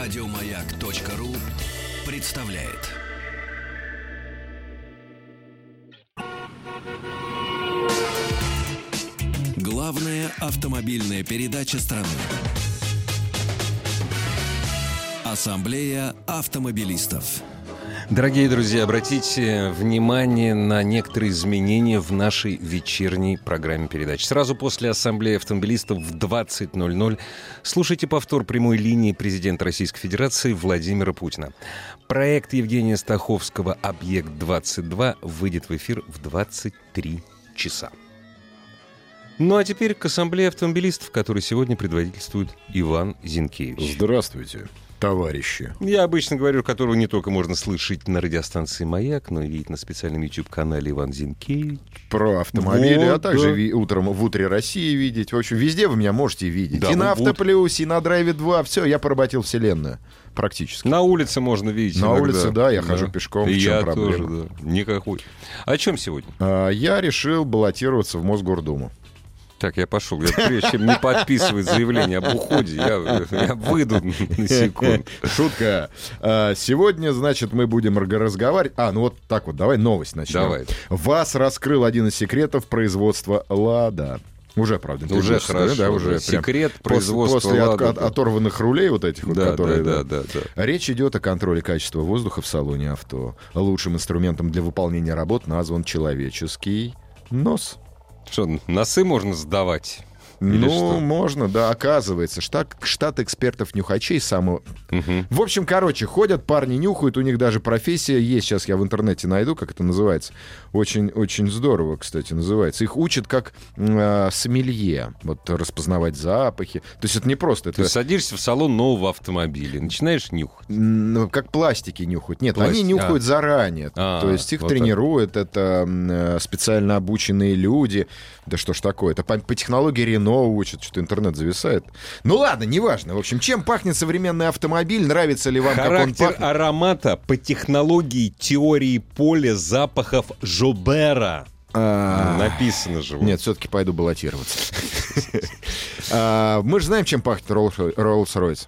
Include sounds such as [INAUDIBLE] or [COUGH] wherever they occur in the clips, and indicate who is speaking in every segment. Speaker 1: Радиомаяк.ру представляет. Главная автомобильная передача страны. Ассамблея автомобилистов.
Speaker 2: Дорогие друзья, обратите внимание на некоторые изменения в нашей вечерней программе передач. Сразу после Ассамблеи автомобилистов в 20.00 слушайте повтор прямой линии президента Российской Федерации Владимира Путина. Проект Евгения Стаховского «Объект-22» выйдет в эфир в 23 часа. Ну а теперь к Ассамблее автомобилистов, который сегодня предводительствует Иван Зинкевич.
Speaker 3: Здравствуйте, товарищи.
Speaker 2: Я обычно говорю, которого не только можно слышать на радиостанции «Маяк», но и видеть на специальном YouTube-канале Иван Зинкевич.
Speaker 3: Про автомобили,
Speaker 2: Вот,
Speaker 3: а также
Speaker 2: да.
Speaker 3: ви- утром в «Утре России» видеть. В общем, везде вы меня можете видеть.
Speaker 2: Да,
Speaker 3: и на
Speaker 2: вот.
Speaker 3: «Автоплюсе», и на «Драйве 2». Все, я поработил вселенную. Практически.
Speaker 2: На улице можно видеть.
Speaker 3: На
Speaker 2: иногда.
Speaker 3: улице, да, я хожу пешком, в
Speaker 2: И
Speaker 3: чем
Speaker 2: я
Speaker 3: проблема?
Speaker 2: тоже, да. Никакой. О чем сегодня?
Speaker 3: А, Я решил баллотироваться в Мосгордуму.
Speaker 2: Так, я пошел. Я, прежде чем не подписывать заявление об уходе, я, я выйду на секунду.
Speaker 3: Шутка. А, Сегодня, значит, мы будем рг- разговаривать. А, ну вот так вот, давай новость начнем.
Speaker 2: Давай.
Speaker 3: Вас раскрыл один из секретов производства «Лада». Уже, правда,
Speaker 2: Уже
Speaker 3: предыдущий,
Speaker 2: хорошо.
Speaker 3: Да, уже
Speaker 2: да.
Speaker 3: прям.
Speaker 2: Секрет
Speaker 3: Пос-
Speaker 2: производства
Speaker 3: После от-
Speaker 2: «Лада»,
Speaker 3: от-
Speaker 2: да.
Speaker 3: оторванных рулей вот этих, вот,
Speaker 2: Да,
Speaker 3: которые...
Speaker 2: да, да, да, да.
Speaker 3: Речь идет о контроле качества воздуха в салоне авто. Лучшим инструментом для выполнения работ назван человеческий нос.
Speaker 2: Что, носы можно сдавать? Или
Speaker 3: ну,
Speaker 2: что?
Speaker 3: можно, да, оказывается. Штат, штат экспертов-нюхачей само...
Speaker 2: Мгм.
Speaker 3: В общем, короче, ходят парни, нюхают, у них даже профессия есть. Сейчас я в интернете найду, как это называется. Очень-очень здорово, кстати, называется. Их учат как э, сомелье, вот распознавать запахи. То есть это не просто...
Speaker 2: Ты
Speaker 3: Это...
Speaker 2: садишься в салон нового автомобиля, начинаешь нюхать.
Speaker 3: Ну, как пластики нюхают. Нет,
Speaker 2: Пластики,
Speaker 3: они нюхают заранее.
Speaker 2: А,
Speaker 3: То есть их
Speaker 2: вот так.
Speaker 3: тренируют, это м, э, специально обученные люди. Да что ж такое? Это по, по технологии Рено учат, что-то интернет зависает. Ну ладно, неважно. В общем, чем пахнет современный автомобиль, нравится ли вам, как он
Speaker 2: Характер
Speaker 3: пахнет?
Speaker 2: аромата по технологии теории поля запахов Жобера.
Speaker 3: А,
Speaker 2: Написано же. вот.
Speaker 3: Нет, все-таки пойду баллотироваться. [LAUGHS] А, Мы же знаем, чем пахнет Роллс- Rolls-Royce.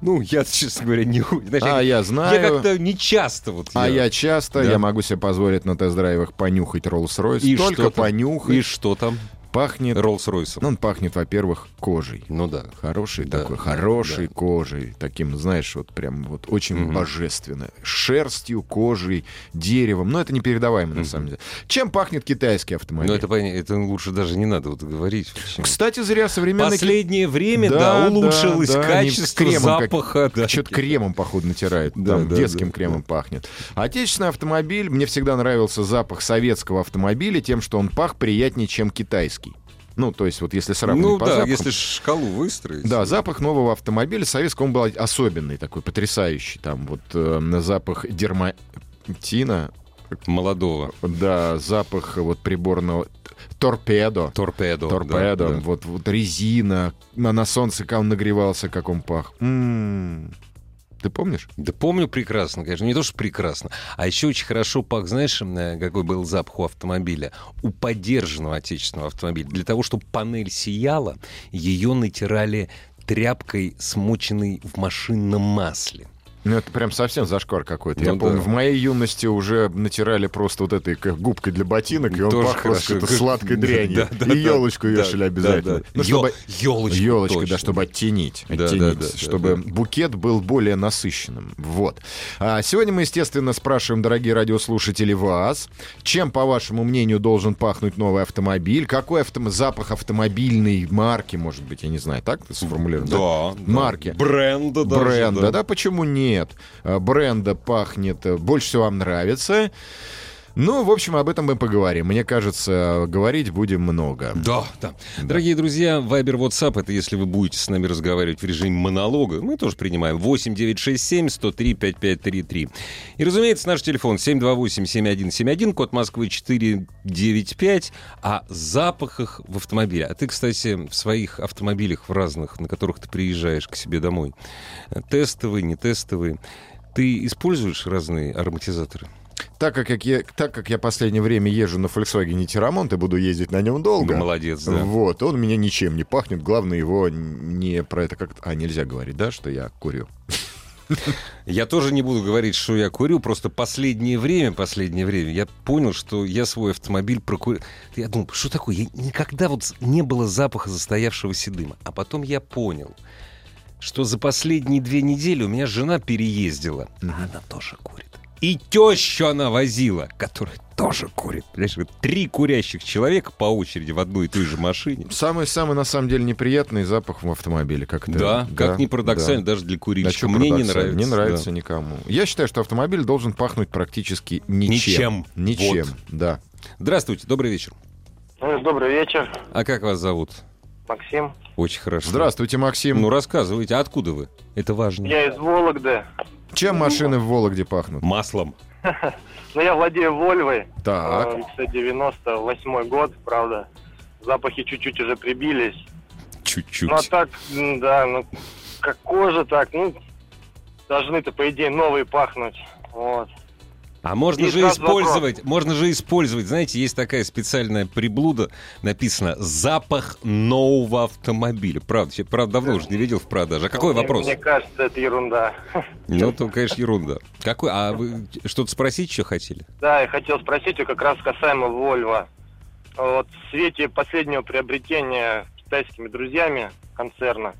Speaker 2: Ну, я, честно говоря, не... ху- Знаешь,
Speaker 3: А, я
Speaker 2: Я
Speaker 3: знаю.
Speaker 2: как-то не часто вот
Speaker 3: А я часто,
Speaker 2: Да.
Speaker 3: я могу себе позволить на тест-драйвах понюхать Rolls-Royce.
Speaker 2: И что
Speaker 3: Только
Speaker 2: там?
Speaker 3: понюхать.
Speaker 2: И что там?
Speaker 3: Пахнет
Speaker 2: Роллс-Ройсом.
Speaker 3: Ну, он пахнет, во-первых, кожей.
Speaker 2: Ну да.
Speaker 3: Хорошей
Speaker 2: Да,
Speaker 3: такой,
Speaker 2: да,
Speaker 3: хорошей
Speaker 2: да.
Speaker 3: кожей. Таким, знаешь, вот прям вот очень
Speaker 2: Мгм.
Speaker 3: божественно. Шерстью, кожей, деревом. Но это непередаваемо, на
Speaker 2: Мгм.
Speaker 3: самом деле. Чем пахнет китайский автомобиль?
Speaker 2: Ну это понятно, это лучше даже не надо вот говорить. вообще.
Speaker 3: Кстати, зря современный...
Speaker 2: Последнее время,
Speaker 3: Да,
Speaker 2: да, улучшилось
Speaker 3: да, да,
Speaker 2: качество
Speaker 3: они кремом как-
Speaker 2: запаха. да.
Speaker 3: Что-то кремом, походу, натирает.
Speaker 2: Да,
Speaker 3: Там
Speaker 2: да,
Speaker 3: детским
Speaker 2: да,
Speaker 3: кремом пахнет. Отечественный автомобиль. Мне всегда нравился запах советского автомобиля тем, что он пах приятнее, чем китайский. Ну, то есть, вот если сравнивать
Speaker 2: Ну
Speaker 3: по
Speaker 2: да,
Speaker 3: запаху,
Speaker 2: если шкалу выстроить.
Speaker 3: Да, запах нового автомобиля советского он был особенный такой, потрясающий. Там вот э, на запах дерматина,
Speaker 2: Молодого.
Speaker 3: да, запах вот приборного торпедо.
Speaker 2: Торпедо.
Speaker 3: Торпедо,
Speaker 2: да, да.
Speaker 3: вот, вот резина, на, на солнце как он нагревался, как он пах. М. Ты помнишь?
Speaker 2: Да помню прекрасно, конечно. Не то, что прекрасно. А еще очень хорошо пах, знаешь, э, какой был запах у автомобиля? У подержанного отечественного автомобиля. Для того, чтобы панель сияла, ее натирали тряпкой, смоченной в машинном масле.
Speaker 3: Ну, это прям совсем зашквар какой-то.
Speaker 2: Ну
Speaker 3: Я
Speaker 2: да.
Speaker 3: помню, в моей юности уже натирали просто вот этой как губкой для ботинок, и он
Speaker 2: Тоже
Speaker 3: пах просто
Speaker 2: хорошо.
Speaker 3: какой-то сладкой
Speaker 2: [LAUGHS]
Speaker 3: дрянью.
Speaker 2: Да, да, да.
Speaker 3: и елочку
Speaker 2: Да,
Speaker 3: вешали обязательно.
Speaker 2: да, да.
Speaker 3: Ну,
Speaker 2: Ё-
Speaker 3: чтобы-
Speaker 2: Елочку,
Speaker 3: Елочка,
Speaker 2: точно.
Speaker 3: да, чтобы оттенить,
Speaker 2: Да,
Speaker 3: оттенить,
Speaker 2: да, да, да,
Speaker 3: чтобы
Speaker 2: да.
Speaker 3: букет был более насыщенным. Вот. А сегодня мы, естественно, спрашиваем, дорогие радиослушатели, вас, чем, по вашему мнению, должен пахнуть новый автомобиль, какой автом- запах автомобильной марки, может быть, я не знаю, так это сформулировано?
Speaker 2: Да, да.
Speaker 3: Марки.
Speaker 2: Бренда даже,
Speaker 3: Бренда, да. почему нет? А, Бренда пахнет, э, больше всего вам нравится. Ну, в общем, об этом мы поговорим. Мне кажется, говорить будем много.
Speaker 2: Да, да. Дорогие друзья, Viber, WhatsApp, это если вы будете с нами разговаривать в режиме монолога, мы тоже принимаем 8967 103 5533. И, разумеется, наш телефон 728-7171, код Москвы 495, о запахах в автомобиле. А ты, кстати, в своих автомобилях в разных, на которых ты приезжаешь к себе домой, тестовые, не тестовые, ты используешь разные ароматизаторы?
Speaker 3: Так как, я, так как я последнее время езжу на Volkswagen Тирамонт и буду ездить на нем долго,
Speaker 2: Ну, молодец, да.
Speaker 3: вот, он меня ничем не пахнет. Главное его не про это как-то... А, нельзя говорить, да, что я курю?
Speaker 2: Я тоже не буду говорить, что я курю, просто последнее время, последнее время я понял, что я свой автомобиль прокурил. Я думал, что такое? Я никогда вот не было запаха застоявшегося дыма. А потом я понял, что за последние две недели у меня жена переездила. А она тоже курит. И тещу она возила, которая тоже курит. Понимаешь, вот три курящих человека по очереди в одной и той же машине.
Speaker 3: Самый-самый, на самом деле, неприятный запах в автомобиле. Как
Speaker 2: Да, как ни парадоксально, даже для
Speaker 3: Да
Speaker 2: курильщика.
Speaker 3: чё
Speaker 2: Мне не
Speaker 3: парадоксально?
Speaker 2: нравится.
Speaker 3: Не
Speaker 2: да.
Speaker 3: нравится никому. Я считаю, что автомобиль должен пахнуть практически ничем.
Speaker 2: Ничем.
Speaker 3: Ничем,
Speaker 2: Вот.
Speaker 3: да.
Speaker 2: Здравствуйте, добрый вечер.
Speaker 4: Э, Добрый вечер,
Speaker 2: А как вас зовут?
Speaker 4: Максим.
Speaker 2: Очень хорошо.
Speaker 3: Здравствуйте, Максим.
Speaker 2: Ну, рассказывайте, откуда вы? Это важно.
Speaker 4: Я из Вологды.
Speaker 3: Чем
Speaker 2: ну,
Speaker 3: машины в Вологде пахнут?
Speaker 2: Маслом.
Speaker 4: Но Ну, я владею Вольвой.
Speaker 3: Так.
Speaker 4: Э, Это 98 год, правда. Запахи чуть-чуть уже прибились.
Speaker 2: Чуть-чуть.
Speaker 4: Ну а так, м, да, ну какой же так, ну должны-то по идее новые пахнуть. Вот.
Speaker 2: А можно
Speaker 4: И
Speaker 2: же
Speaker 4: сразу
Speaker 2: использовать, можно же использовать, знаете, есть такая специальная приблуда, написано «запах нового автомобиля». Правда, я, правда, давно уже не видел в продаже. А какой
Speaker 4: Ну, Мне-
Speaker 2: вопрос?
Speaker 4: Мне кажется, это ерунда.
Speaker 2: Ну, то, конечно, ерунда. Какой? А вы что-то спросить еще хотели?
Speaker 4: Да, я хотел спросить вот как раз касаемо Вольва. Вот в свете последнего приобретения китайскими друзьями концерна,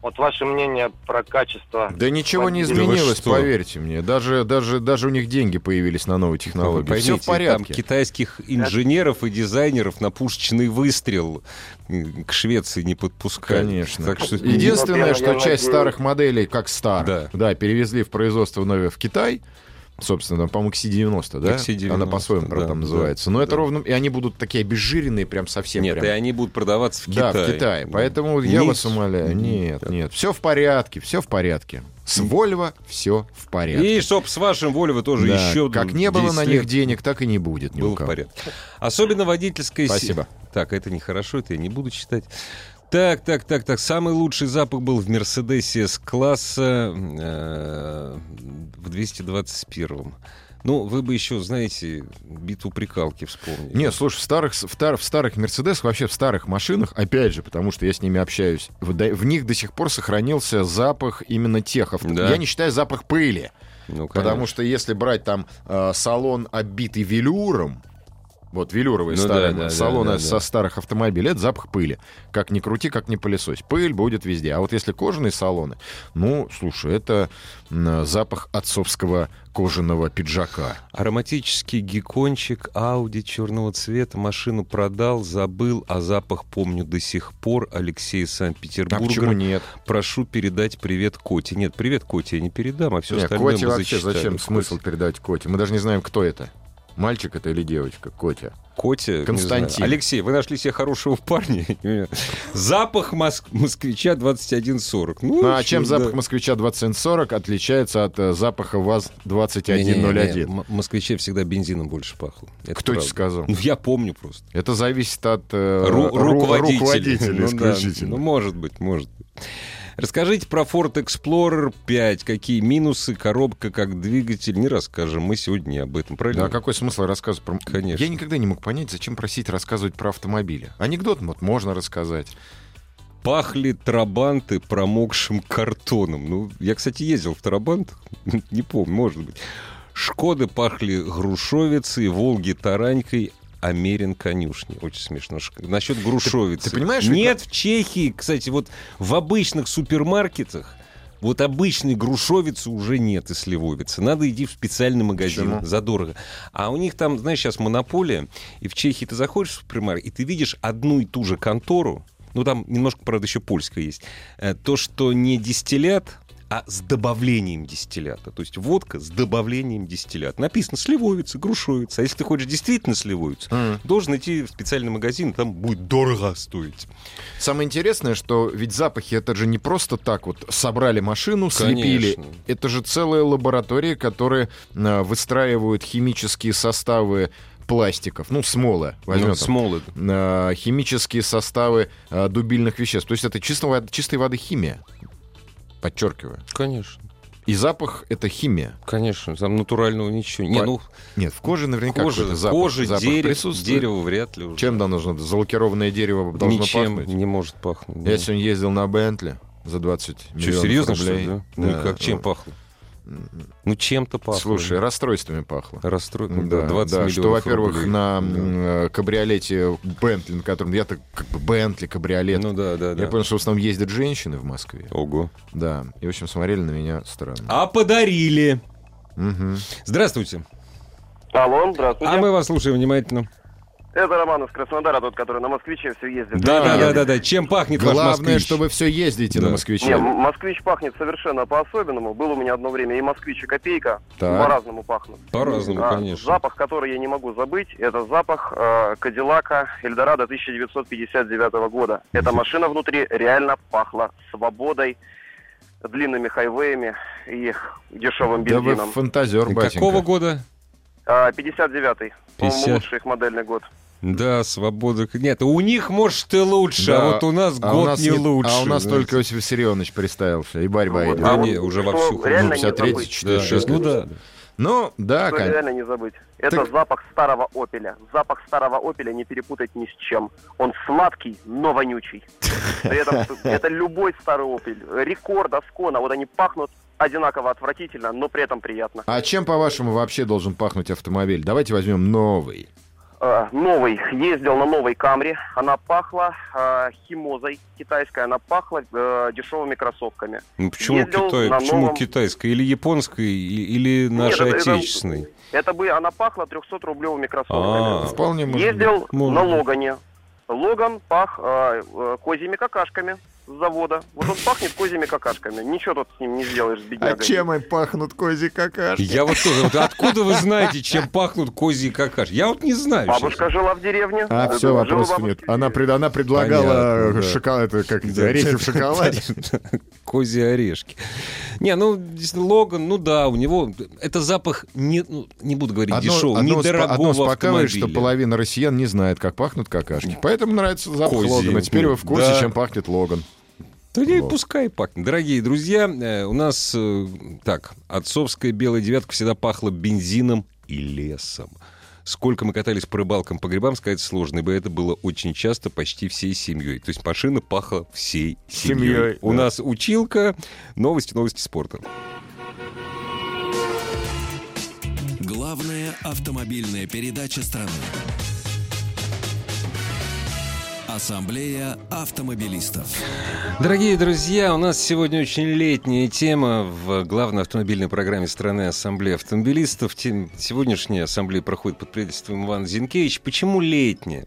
Speaker 4: вот ваше мнение про качество.
Speaker 3: Да ничего не
Speaker 4: Да вы
Speaker 3: изменилось,
Speaker 2: что?
Speaker 3: поверьте мне. Даже, даже, даже у них деньги появились на
Speaker 2: Ну, Вы
Speaker 3: новые
Speaker 4: Ну,
Speaker 3: технологии.
Speaker 2: поймите,
Speaker 3: Все в порядке.
Speaker 2: Там китайских инженеров и дизайнеров на пушечный выстрел э, к Швеции не подпускают.
Speaker 3: Конечно.
Speaker 2: Так что...
Speaker 3: Единственное,
Speaker 4: Ну, я-
Speaker 3: что
Speaker 4: я
Speaker 3: часть
Speaker 4: надеюсь.
Speaker 3: старых моделей, как старых,
Speaker 2: Да.
Speaker 3: да. перевезли в производство вновь в Китай. Собственно, там, по-моему, XC90, да?
Speaker 2: XC90,
Speaker 3: Она по-своему, правда,
Speaker 2: да,
Speaker 3: там
Speaker 2: да,
Speaker 3: называется. Но это
Speaker 2: да.
Speaker 3: ровно... И они будут такие обезжиренные прям совсем.
Speaker 2: Нет,
Speaker 3: прям.
Speaker 2: и они будут продаваться в
Speaker 3: Да,
Speaker 2: Китае.
Speaker 3: в Китае. Поэтому я
Speaker 2: Низ.
Speaker 3: вас умоляю. Нет, нет. Все в порядке, все в порядке. С Вольво все в порядке.
Speaker 2: И чтоб с вашим Вольво тоже
Speaker 3: Да,
Speaker 2: еще
Speaker 3: Как не было
Speaker 2: 10
Speaker 3: на них
Speaker 2: лет
Speaker 3: денег, так и не будет. ни у
Speaker 2: было в
Speaker 3: кого.
Speaker 2: порядке. Особенно водительская се-
Speaker 3: Спасибо.
Speaker 2: Так, это нехорошо, это я не буду читать. Так, так, так, так. Самый лучший запах был в Мерседесе С-класса э, в 221-м. Ну, вы бы еще, знаете, битву прикалки вспомнили.
Speaker 3: Нет, слушай, в старых, в, тар- в старых Мерседесах, вообще в старых машинах, опять же, потому что я с ними общаюсь, в, до- в них до сих пор сохранился запах именно тех авто.
Speaker 2: Да.
Speaker 3: Я не считаю запах пыли,
Speaker 2: Ну,
Speaker 3: потому
Speaker 2: конечно.
Speaker 3: что если брать там э, салон, обитый велюром, вот велюровые
Speaker 2: Ну
Speaker 3: старые
Speaker 2: да, да, да,
Speaker 3: салоны
Speaker 2: да, да.
Speaker 3: со старых автомобилей, это запах пыли. Как ни крути, как ни пылесось. Пыль будет везде. А вот если кожаные салоны, ну, слушай, это м, запах отцовского кожаного пиджака.
Speaker 2: Ароматический геккончик Ауди черного цвета. Машину продал, забыл, а запах помню до сих пор. Алексей из
Speaker 3: А почему
Speaker 2: Санкт-Петербурга.
Speaker 3: нет?
Speaker 2: Прошу передать привет Коте. Нет, привет Коте я не передам, а все
Speaker 3: Не,
Speaker 2: остальное
Speaker 3: Э, Коте
Speaker 2: мы
Speaker 3: вообще
Speaker 2: зачитаем.
Speaker 3: зачем
Speaker 2: Коте-
Speaker 3: смысл передавать Коте? Мы даже не знаем, кто это. Мальчик это или девочка? Котя.
Speaker 2: Коте, не
Speaker 3: Константин.
Speaker 2: знаю. Алексей, вы нашли себе хорошего парня. [LAUGHS] Запах моск- москвича 2140. Ну,
Speaker 3: Ну, а
Speaker 2: еще,
Speaker 3: чем
Speaker 2: да.
Speaker 3: запах москвича 2740 отличается от э, запаха
Speaker 2: Не-не-не,
Speaker 3: ВАЗ-2101?
Speaker 2: м- москвиче всегда бензином больше пахло. Это
Speaker 3: Кто тебе
Speaker 2: правда.
Speaker 3: сказал?
Speaker 2: Ну, я помню просто.
Speaker 3: Это зависит от э,
Speaker 2: Ру-
Speaker 3: ру-
Speaker 2: руководитель.
Speaker 3: руководителя
Speaker 2: Ну да,
Speaker 3: исключительно.
Speaker 2: Ну, может быть, может быть. Расскажите про Ford Explorer 5. Какие минусы, коробка, как двигатель, не расскажем. Мы сегодня не об этом, правильно?
Speaker 3: Да, а какой смысл рассказывать про...
Speaker 2: Конечно.
Speaker 3: Я никогда не мог понять, зачем просить рассказывать про автомобили. Анекдот вот можно рассказать.
Speaker 2: Пахли трабанты промокшим картоном. Ну, я, кстати, ездил в трабантах. [LAUGHS] Не помню, может быть. Шкоды пахли грушовицей, Волги таранькой, а Мерин конюшни. Очень смешно. Ш- Насчет грушовицы.
Speaker 3: ты понимаешь, ведь
Speaker 2: Нет, в Чехии, кстати, вот в обычных супермаркетах вот обычной грушовицы уже нет и сливовицы. Надо идти в специальный магазин
Speaker 3: Почему?
Speaker 2: задорого. А у них там, знаешь, сейчас монополия. И в Чехии ты заходишь в супермаркет, и ты видишь одну и ту же контору. Ну, там немножко, правда, еще польская есть. э, То, что не дистиллят, а с добавлением дистиллята. То есть водка с добавлением дистиллята. Написано сливовица, грушовица. А если ты хочешь действительно сливовицу,
Speaker 3: Мгм.
Speaker 2: должен идти в специальный магазин, там будет дорого стоить.
Speaker 3: Самое интересное, что ведь запахи это же не просто так вот собрали машину, слепили.
Speaker 2: Конечно.
Speaker 3: Это же целые лаборатории, которые э, выстраивают химические составы пластиков, ну смола возьмем.
Speaker 2: Ну, смолы.
Speaker 3: э, химические составы э, дубильных веществ. То есть это чисто вод- чистой воды химия. Подчеркиваю.
Speaker 2: Конечно,
Speaker 3: И запах это химия.
Speaker 2: конечно. Там натурального ничего. Не,
Speaker 3: По-
Speaker 2: ну,
Speaker 3: Нет, в коже наверняка
Speaker 2: кожа,
Speaker 3: какой-то запах,
Speaker 2: кожа,
Speaker 3: запах
Speaker 2: дерево,
Speaker 3: присутствует.
Speaker 2: дерево вряд ли уже.
Speaker 3: Чем должно залакированное дерево должно
Speaker 2: Ничем
Speaker 3: пахнуть?
Speaker 2: не может пахнуть.
Speaker 3: Я
Speaker 2: да.
Speaker 3: сегодня ездил на Бентли. за 20
Speaker 2: Что,
Speaker 3: миллионов
Speaker 2: серьезно, что
Speaker 3: рублей.
Speaker 2: ли? да? Ну и
Speaker 3: Да,
Speaker 2: как, чем пахло? Ну чем-то пахло.
Speaker 3: Слушай, расстройствами пахло.
Speaker 2: Расстройка,
Speaker 3: Да,
Speaker 2: да, 20
Speaker 3: да,
Speaker 2: миллионов
Speaker 3: что, во-первых,
Speaker 2: рублей.
Speaker 3: на
Speaker 2: Да.
Speaker 3: м, э, кабриолете Бентли, на котором я так как бы Бентли, кабриолет.
Speaker 2: Ну да, да, да.
Speaker 3: Я понял, что в основном ездят женщины в Москве.
Speaker 2: Ого.
Speaker 3: Да. И, в общем, смотрели на меня странно.
Speaker 2: А подарили.
Speaker 3: Мгм.
Speaker 2: Здравствуйте.
Speaker 4: Алло, здравствуйте.
Speaker 2: А мы вас слушаем внимательно.
Speaker 4: Это Роман из Краснодара, тот, который на москвиче все ездит.
Speaker 2: Да, да, да, да, да. Чем пахнет ваш
Speaker 3: Главное,
Speaker 2: москвич?
Speaker 3: что вы все ездите на
Speaker 2: Да.
Speaker 4: Не,
Speaker 3: москвиче.
Speaker 4: м- москвич пахнет совершенно по-особенному. Был у меня одно время и москвич, и копейка.
Speaker 3: Так.
Speaker 4: По-разному пахнут.
Speaker 2: По-разному,
Speaker 4: А,
Speaker 2: конечно.
Speaker 4: Запах, который я не могу забыть, это запах э, Кадиллака Эльдорадо 1959 года. Эта машина внутри реально пахла свободой, длинными хайвеями и дешевым
Speaker 3: Да вы
Speaker 4: бензином.
Speaker 3: фантазер, батенька.
Speaker 2: Какого года?
Speaker 4: А, 59-й. по-моему,
Speaker 2: 50.
Speaker 4: Лучший их модельный год.
Speaker 2: Да, свобода. Нет, у них, может, и лучше,
Speaker 3: Да,
Speaker 2: а вот у нас
Speaker 3: а
Speaker 2: год
Speaker 3: у нас
Speaker 2: не, лучше.
Speaker 3: А у нас
Speaker 2: знаете.
Speaker 3: только Иосиф Виссарионович представился, и борьба
Speaker 4: Вот,
Speaker 3: идет.
Speaker 2: А
Speaker 4: вот
Speaker 2: не, уже
Speaker 4: что
Speaker 2: вовсю
Speaker 4: Реально не
Speaker 3: 53,
Speaker 4: забыть.
Speaker 3: 4,
Speaker 2: Да,
Speaker 3: 6.
Speaker 2: Ну да.
Speaker 3: Ну, да,
Speaker 4: Что
Speaker 3: конечно.
Speaker 4: реально не забыть. Это
Speaker 3: Так-
Speaker 4: запах старого опеля. Запах старого опеля не перепутать ни с чем. Он сладкий, но вонючий. При этом это любой старый опель. Рекорд, Аскона, вот они пахнут одинаково отвратительно, но при этом приятно.
Speaker 3: А чем, по-вашему, вообще должен пахнуть автомобиль? Давайте возьмем новый.
Speaker 4: Э, Новый. Ездил на новой Камри. Она пахла э, химозой китайской. Она пахла э, дешевыми кроссовками.
Speaker 2: Ну почему
Speaker 4: Ездил
Speaker 2: Китай?
Speaker 4: на
Speaker 2: Почему
Speaker 4: новом-
Speaker 2: китайская? Или японская, и- или наша
Speaker 4: это- это-
Speaker 2: отечественная?
Speaker 4: Это бы она пахла 300-рублевыми
Speaker 2: А.
Speaker 4: кроссовками.
Speaker 3: Вполне может
Speaker 4: Ездил
Speaker 2: Может
Speaker 4: на
Speaker 2: быть.
Speaker 4: Логане. Логан пах э, э, козьими какашками с завода. Вот он пахнет козьими какашками. Ничего тут с ним не сделаешь, с
Speaker 3: быть. А
Speaker 4: беднягой.
Speaker 3: чем они пахнут кози какашки?
Speaker 2: Я вот тоже. вот откуда вы знаете, чем пахнут козьи какашки? Я вот не знаю.
Speaker 4: Бабушка
Speaker 2: сейчас.
Speaker 4: жила в деревне.
Speaker 3: А,
Speaker 4: Э,
Speaker 3: все,
Speaker 4: жила
Speaker 3: вопросов
Speaker 4: бабушка
Speaker 3: нет.
Speaker 4: в
Speaker 3: Она,
Speaker 4: деревне.
Speaker 3: пред- она предлагала
Speaker 2: Понятно, да.
Speaker 3: шоколад, это как эти
Speaker 2: Да.
Speaker 3: орехи в шоколаде.
Speaker 2: Козьи орешки. Не, ну, действительно, Логан, ну да, у него... Это запах, не, ну, не буду говорить дешевый,
Speaker 3: одно успо-
Speaker 2: недорогого
Speaker 3: одно успокаивает,
Speaker 2: автомобиля.
Speaker 3: что половина россиян не знает, как пахнут какашки. Поэтому нравится запах
Speaker 2: Кози.
Speaker 3: Логана. Теперь вы в курсе,
Speaker 2: Да.
Speaker 3: чем пахнет Логан.
Speaker 2: Да не,
Speaker 3: Вот.
Speaker 2: пускай пахнет. Дорогие друзья, э, у нас э, так, отцовская белая девятка всегда пахла бензином и лесом. Сколько мы катались по рыбалкам, по грибам, сказать сложно, ибо это было очень часто почти всей семьей. То есть машина пахла всей семьей.
Speaker 3: Семьей,
Speaker 2: У
Speaker 3: да.
Speaker 2: нас училка, новости, новости спорта.
Speaker 1: Главная автомобильная передача страны. Ассамблея автомобилистов.
Speaker 2: Дорогие друзья, у нас сегодня очень летняя тема в главной автомобильной программе страны Ассамблея автомобилистов. Тем- Сегодняшняя ассамблея проходит под председательством Ивана Зинкевич. Почему летняя?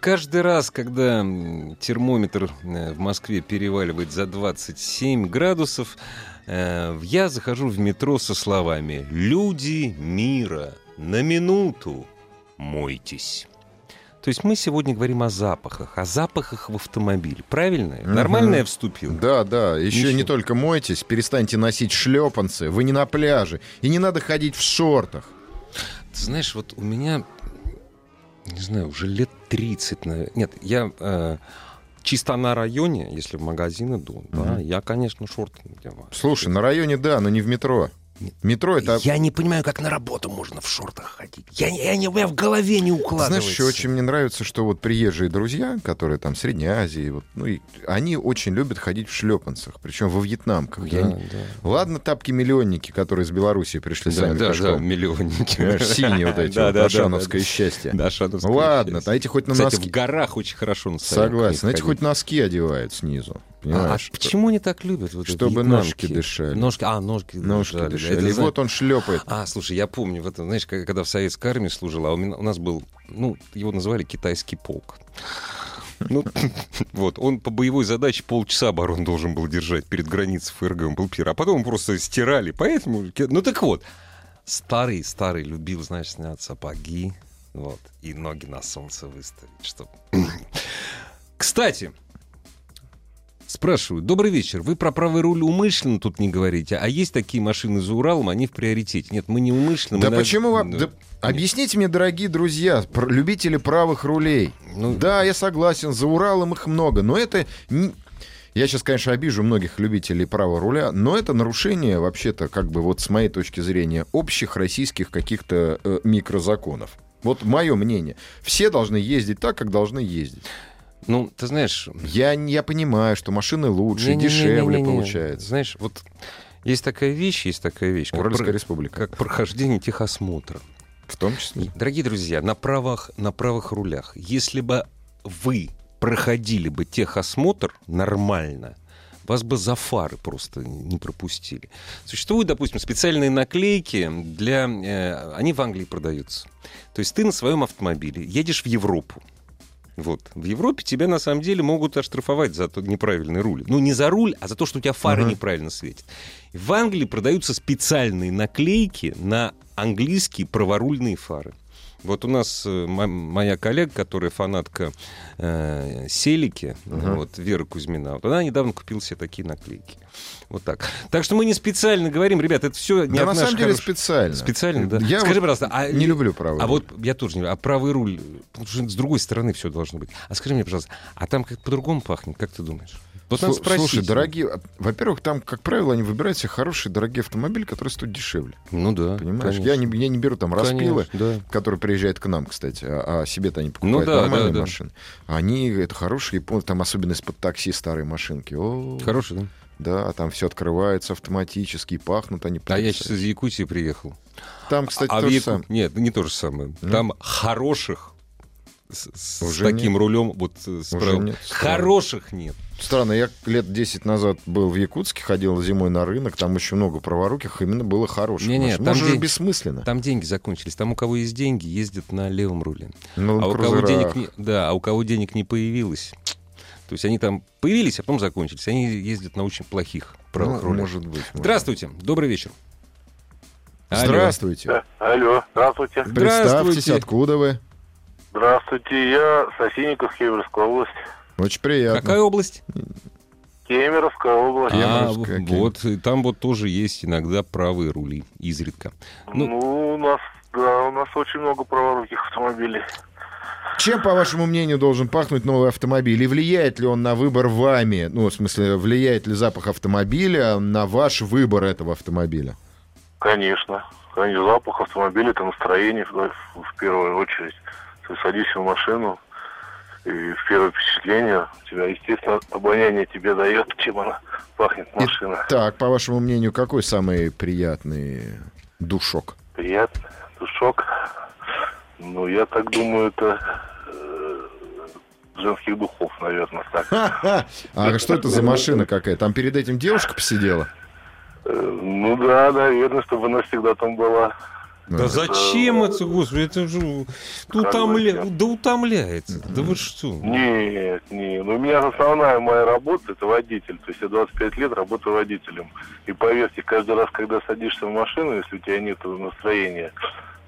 Speaker 2: Каждый раз, когда м, термометр э, в Москве переваливает за 27 градусов, э, я захожу в метро со словами «Люди мира, на минуту мойтесь». То есть мы сегодня говорим о запахах, о запахах в автомобиле. Правильно?
Speaker 3: Мгм.
Speaker 2: Нормально я вступил?
Speaker 3: Да, да. Еще
Speaker 2: Ничего.
Speaker 3: не только мойтесь, перестаньте носить шлепанцы. Вы не на пляже. И не надо ходить в шортах.
Speaker 2: Ты знаешь, вот у меня, не знаю, уже лет 30, наверное. Нет, я э, чисто на районе, если в магазин иду, да, я, конечно, шорты надеваю.
Speaker 3: Слушай, на районе да, но не в метро.
Speaker 2: Нет.
Speaker 3: Метро это...
Speaker 2: Я не понимаю, как на работу можно в шортах ходить. Я, не- я не, у меня в голове не
Speaker 3: Ты
Speaker 2: укладывается.
Speaker 3: Знаешь, еще очень мне нравится, что вот приезжие друзья, которые там в Средней Азии, вот, ну, и они очень любят ходить в шлепанцах, причем во вьетнамках. Я
Speaker 2: Да,
Speaker 3: не-
Speaker 2: да.
Speaker 3: Ладно, тапки-миллионники, которые из Белоруссии пришли сами пешком.
Speaker 2: миллионники.
Speaker 3: Понимаешь, синие вот эти, вот, ашановское
Speaker 2: да,
Speaker 3: счастье.
Speaker 2: [LAUGHS] да. Да, ашановское
Speaker 3: Э, Ну Ладно,
Speaker 2: счастье.
Speaker 3: а эти хоть на
Speaker 2: Кстати, в
Speaker 3: носки...
Speaker 2: горах очень хорошо на санях
Speaker 3: Согласен,
Speaker 2: не ходить.
Speaker 3: эти хоть носки одевают снизу,
Speaker 2: А, а
Speaker 3: понимаешь?
Speaker 2: почему они так любят? вот это
Speaker 3: Чтобы
Speaker 2: вьетнамки?
Speaker 3: ножки дышали.
Speaker 2: Ножки, а, ножки,
Speaker 3: Ножки
Speaker 2: дышали, да,
Speaker 3: дышали.
Speaker 2: это
Speaker 3: И
Speaker 2: знаешь-
Speaker 3: вот он шлепает.
Speaker 2: А, слушай, я помню, в этом, знаешь, как- когда в советской армии служила, а у, меня- у нас был, ну, его называли китайский полк. Ну, [LAUGHS] вот, он по боевой задаче полчаса оборон должен был держать перед границей ФРГ, он был пир, а потом просто стирали, поэтому... ки- Ну, так вот, старый-старый любил, знаешь, снять сапоги, вот, и ноги на солнце выставить, чтоб... [CLEARS THROAT] Кстати, Спрашиваю, добрый вечер, вы про правый руль умышленно тут не говорите, а есть такие машины за Уралом, они в приоритете. Нет, мы не умышленно.
Speaker 3: Да
Speaker 2: мы на-
Speaker 3: почему вам...
Speaker 2: Ну,
Speaker 3: да Объясните мне, дорогие друзья, пр- любители правых рулей.
Speaker 2: Ну,
Speaker 3: Да, я согласен, за Уралом их много, но это... не- Я сейчас, конечно, обижу многих любителей права руля, но это нарушение, вообще-то, как бы вот с моей точки зрения, общих российских каких-то э, микрозаконов. Вот мое мнение. Все должны ездить так, как должны ездить.
Speaker 2: Ну, ты знаешь...
Speaker 3: Я, не- я понимаю, что машины лучше,
Speaker 2: не-не-не-не-не-не.
Speaker 3: дешевле получается.
Speaker 2: Знаешь, вот есть такая вещь, есть такая вещь, как,
Speaker 3: Уральская
Speaker 2: про-
Speaker 3: республика.
Speaker 2: как прохождение техосмотра.
Speaker 3: В том числе.
Speaker 2: Дорогие друзья, на правах, на правых рулях, если бы вы проходили бы техосмотр нормально, вас бы за фары просто не пропустили. Существуют, допустим, специальные наклейки для... э, они в Англии продаются. То есть ты на своем автомобиле едешь в Европу. Вот. В Европе тебя на самом деле могут оштрафовать за тот неправильный руль. Ну, не за руль, а за то, что у тебя фары
Speaker 3: Ага.
Speaker 2: неправильно светят. В Англии продаются специальные наклейки на английские праворульные фары. Вот у нас э, мо- моя коллега, которая фанатка э, Селики,
Speaker 3: Ага.
Speaker 2: вот Вера Кузьмина, вот она недавно купила себе такие наклейки. Вот так. Так что мы не специально говорим, ребят, это все не от
Speaker 3: да на
Speaker 2: наших
Speaker 3: самом деле
Speaker 2: хороших-
Speaker 3: специально.
Speaker 2: Специально, да.
Speaker 3: Я
Speaker 2: Скажи,
Speaker 3: вот
Speaker 2: пожалуйста, а
Speaker 3: не люблю правую.
Speaker 2: а вот я тоже не люблю. А правый руль, потому что с другой стороны все должно быть. А скажи мне, пожалуйста, а там как по-другому пахнет, как ты думаешь? Вот надо спросить.
Speaker 3: Слушай, дорогие... а, Во-первых, там, как правило, они выбирают себе хорошие дорогие автомобили, которые стоят дешевле.
Speaker 2: Ну да.
Speaker 3: Понимаешь?
Speaker 2: конечно.
Speaker 3: Я не, я не беру там распилы,
Speaker 2: Конечно, да.
Speaker 3: которые приезжают к нам, кстати, а, а себе-то они покупают
Speaker 2: Ну да,
Speaker 3: нормальные
Speaker 2: да, да.
Speaker 3: машины. А Они, это хорошие, япон- там особенно из-под такси старые машинки. О,
Speaker 2: Хороший, да?
Speaker 3: Да, там все открывается автоматически, и пахнут они.
Speaker 2: А я
Speaker 3: потрясающе.
Speaker 2: сейчас из Якутии приехал.
Speaker 3: Там, кстати,
Speaker 2: а в
Speaker 3: то же
Speaker 2: Яку-
Speaker 3: самое.
Speaker 2: Нет, не то же самое.
Speaker 3: Ну.
Speaker 2: Там хороших с, с
Speaker 3: Уже
Speaker 2: таким рулем, вот э, с
Speaker 3: Уже
Speaker 2: правым.
Speaker 3: нет, странно.
Speaker 2: Хороших нет.
Speaker 3: Странно, я лет 10 назад был в Якутске, ходил зимой на рынок, там очень много праворуких, именно было хороших.
Speaker 2: Не-не,
Speaker 3: машин.
Speaker 2: там
Speaker 3: Может, же
Speaker 2: день-
Speaker 3: бессмысленно.
Speaker 2: Там деньги закончились. Там у кого есть деньги, ездят на левом руле.
Speaker 3: На
Speaker 2: А у кого денег
Speaker 3: ландкрузерах.
Speaker 2: не, да, а у кого денег не появилось, то есть они там появились, а потом закончились. Они ездят на очень плохих правых
Speaker 3: Ну,
Speaker 2: рулях.
Speaker 3: может быть. может.
Speaker 2: Здравствуйте, добрый вечер. Алло.
Speaker 3: Здравствуйте.
Speaker 5: Да. Э, Алло, здравствуйте.
Speaker 3: Представьтесь,
Speaker 2: Здравствуйте.
Speaker 3: откуда вы?
Speaker 5: Здравствуйте, я Сосинников, Кемеровская область.
Speaker 3: Очень приятно.
Speaker 2: Какая область?
Speaker 5: Кемеровская область.
Speaker 3: Я-
Speaker 2: А,
Speaker 3: Кемеровская, Кемер.
Speaker 2: вот и там вот тоже есть иногда правые рули изредка.
Speaker 5: Ну, у нас, да, у нас очень много праворуких автомобилей.
Speaker 3: Чем, по вашему мнению, должен пахнуть новый автомобиль? И влияет ли он на выбор вами? Ну, в смысле, влияет ли запах автомобиля на ваш выбор этого автомобиля?
Speaker 5: Конечно. Конечно, запах автомобиля, это настроение в, в первую очередь. Ты садишься в машину, и в первое впечатление у тебя, естественно, обоняние тебе дает, чем она пахнет машина.
Speaker 3: Так, по вашему мнению, какой самый приятный душок? [LAUGHS]
Speaker 5: Приятный душок. Ну, я так думаю, это э, женских духов, наверное, так.
Speaker 3: А что это за машина какая? Там перед этим девушка посидела?
Speaker 5: Э, Ну да, наверное, чтобы она всегда там была.
Speaker 3: Да.
Speaker 2: Да зачем это, господи, это же
Speaker 5: утомля-
Speaker 2: да утомляется. Да вы что?
Speaker 5: Нет, нет. Ну, у меня основная моя работа это водитель. То есть я 25 лет работаю водителем. И поверьте, каждый раз, когда садишься в машину, если у тебя нет настроения,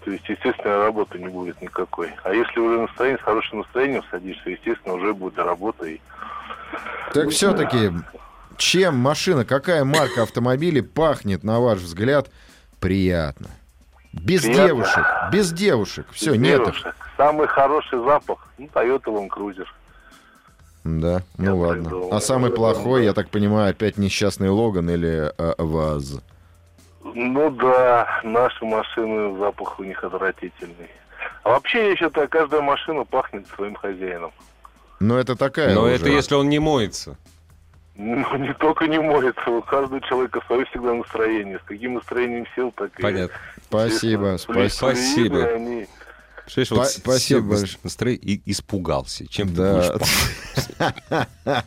Speaker 5: то есть, естественно, работы не будет никакой. А если уже настроение, с хорошим настроением садишься, естественно, уже будет работа. И
Speaker 3: Так все-таки, чем машина, какая марка автомобилей пахнет, на ваш взгляд, приятно? Без
Speaker 5: Приятно.
Speaker 3: девушек, без девушек. Все, нет их.
Speaker 5: девушек. Самый хороший запах, ну, Toyota Land Cruiser.
Speaker 3: Да, ну
Speaker 5: Я
Speaker 3: ладно.
Speaker 5: придумал.
Speaker 3: А самый плохой, я так понимаю, опять несчастный Логан или э, ВАЗ.
Speaker 5: Ну да, наши машины, запах у них отвратительный. А вообще, я считаю, каждая машина пахнет своим хозяином.
Speaker 3: Но это такая
Speaker 2: Но
Speaker 3: уже.
Speaker 2: это если он не моется.
Speaker 5: Ну, [LAUGHS] не только не моется, у каждого человека свое всегда настроение. С каким настроением сел, так
Speaker 2: Понятно.
Speaker 3: Спасибо,
Speaker 5: Естественно,
Speaker 3: спасибо.
Speaker 2: спасибо.
Speaker 5: люди, они-
Speaker 2: Представляешь,
Speaker 3: Па-
Speaker 2: вот с-
Speaker 3: спасибо
Speaker 2: сел на
Speaker 3: большое.
Speaker 2: настрой и испугался. Чем ты будешь
Speaker 3: Да. [LAUGHS]